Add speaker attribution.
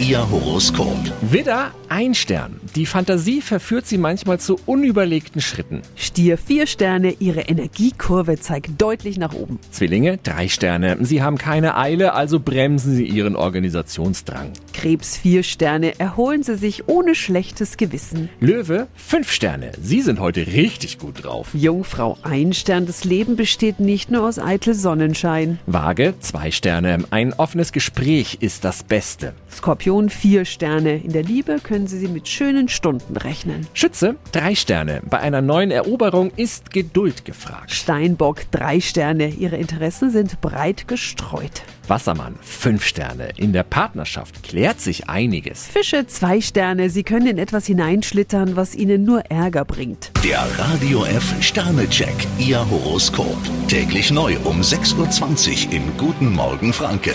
Speaker 1: Ihr Horoskop.
Speaker 2: Widder, ein Stern. Die Fantasie verführt sie manchmal zu unüberlegten Schritten.
Speaker 3: Stier vier Sterne, Ihre Energiekurve zeigt deutlich nach oben.
Speaker 2: Zwillinge, drei Sterne. Sie haben keine Eile, also bremsen sie ihren Organisationsdrang.
Speaker 3: Krebs vier Sterne, erholen Sie sich ohne schlechtes Gewissen.
Speaker 2: Löwe, fünf Sterne. Sie sind heute richtig gut drauf.
Speaker 3: Jungfrau ein Stern, das Leben besteht nicht nur aus eitel Sonnenschein.
Speaker 2: Waage, zwei Sterne. Ein offenes Gespräch ist das Beste.
Speaker 3: Skorpion vier Sterne, in der Liebe können Sie mit schönen Stunden rechnen.
Speaker 2: Schütze, drei Sterne. Bei einer neuen Eroberung ist Geduld gefragt.
Speaker 3: Steinbock drei Sterne, Ihre Interessen sind breit gestreut.
Speaker 2: Wassermann, fünf Sterne. In der Partnerschaft klärt sich einiges.
Speaker 3: Fische zwei Sterne, Sie können in etwas hineinschlittern, was Ihnen nur Ärger bringt.
Speaker 1: Der Radio F Sternecheck. Ihr Horoskop. Täglich neu um 6.20 Uhr im Guten Morgen Franken.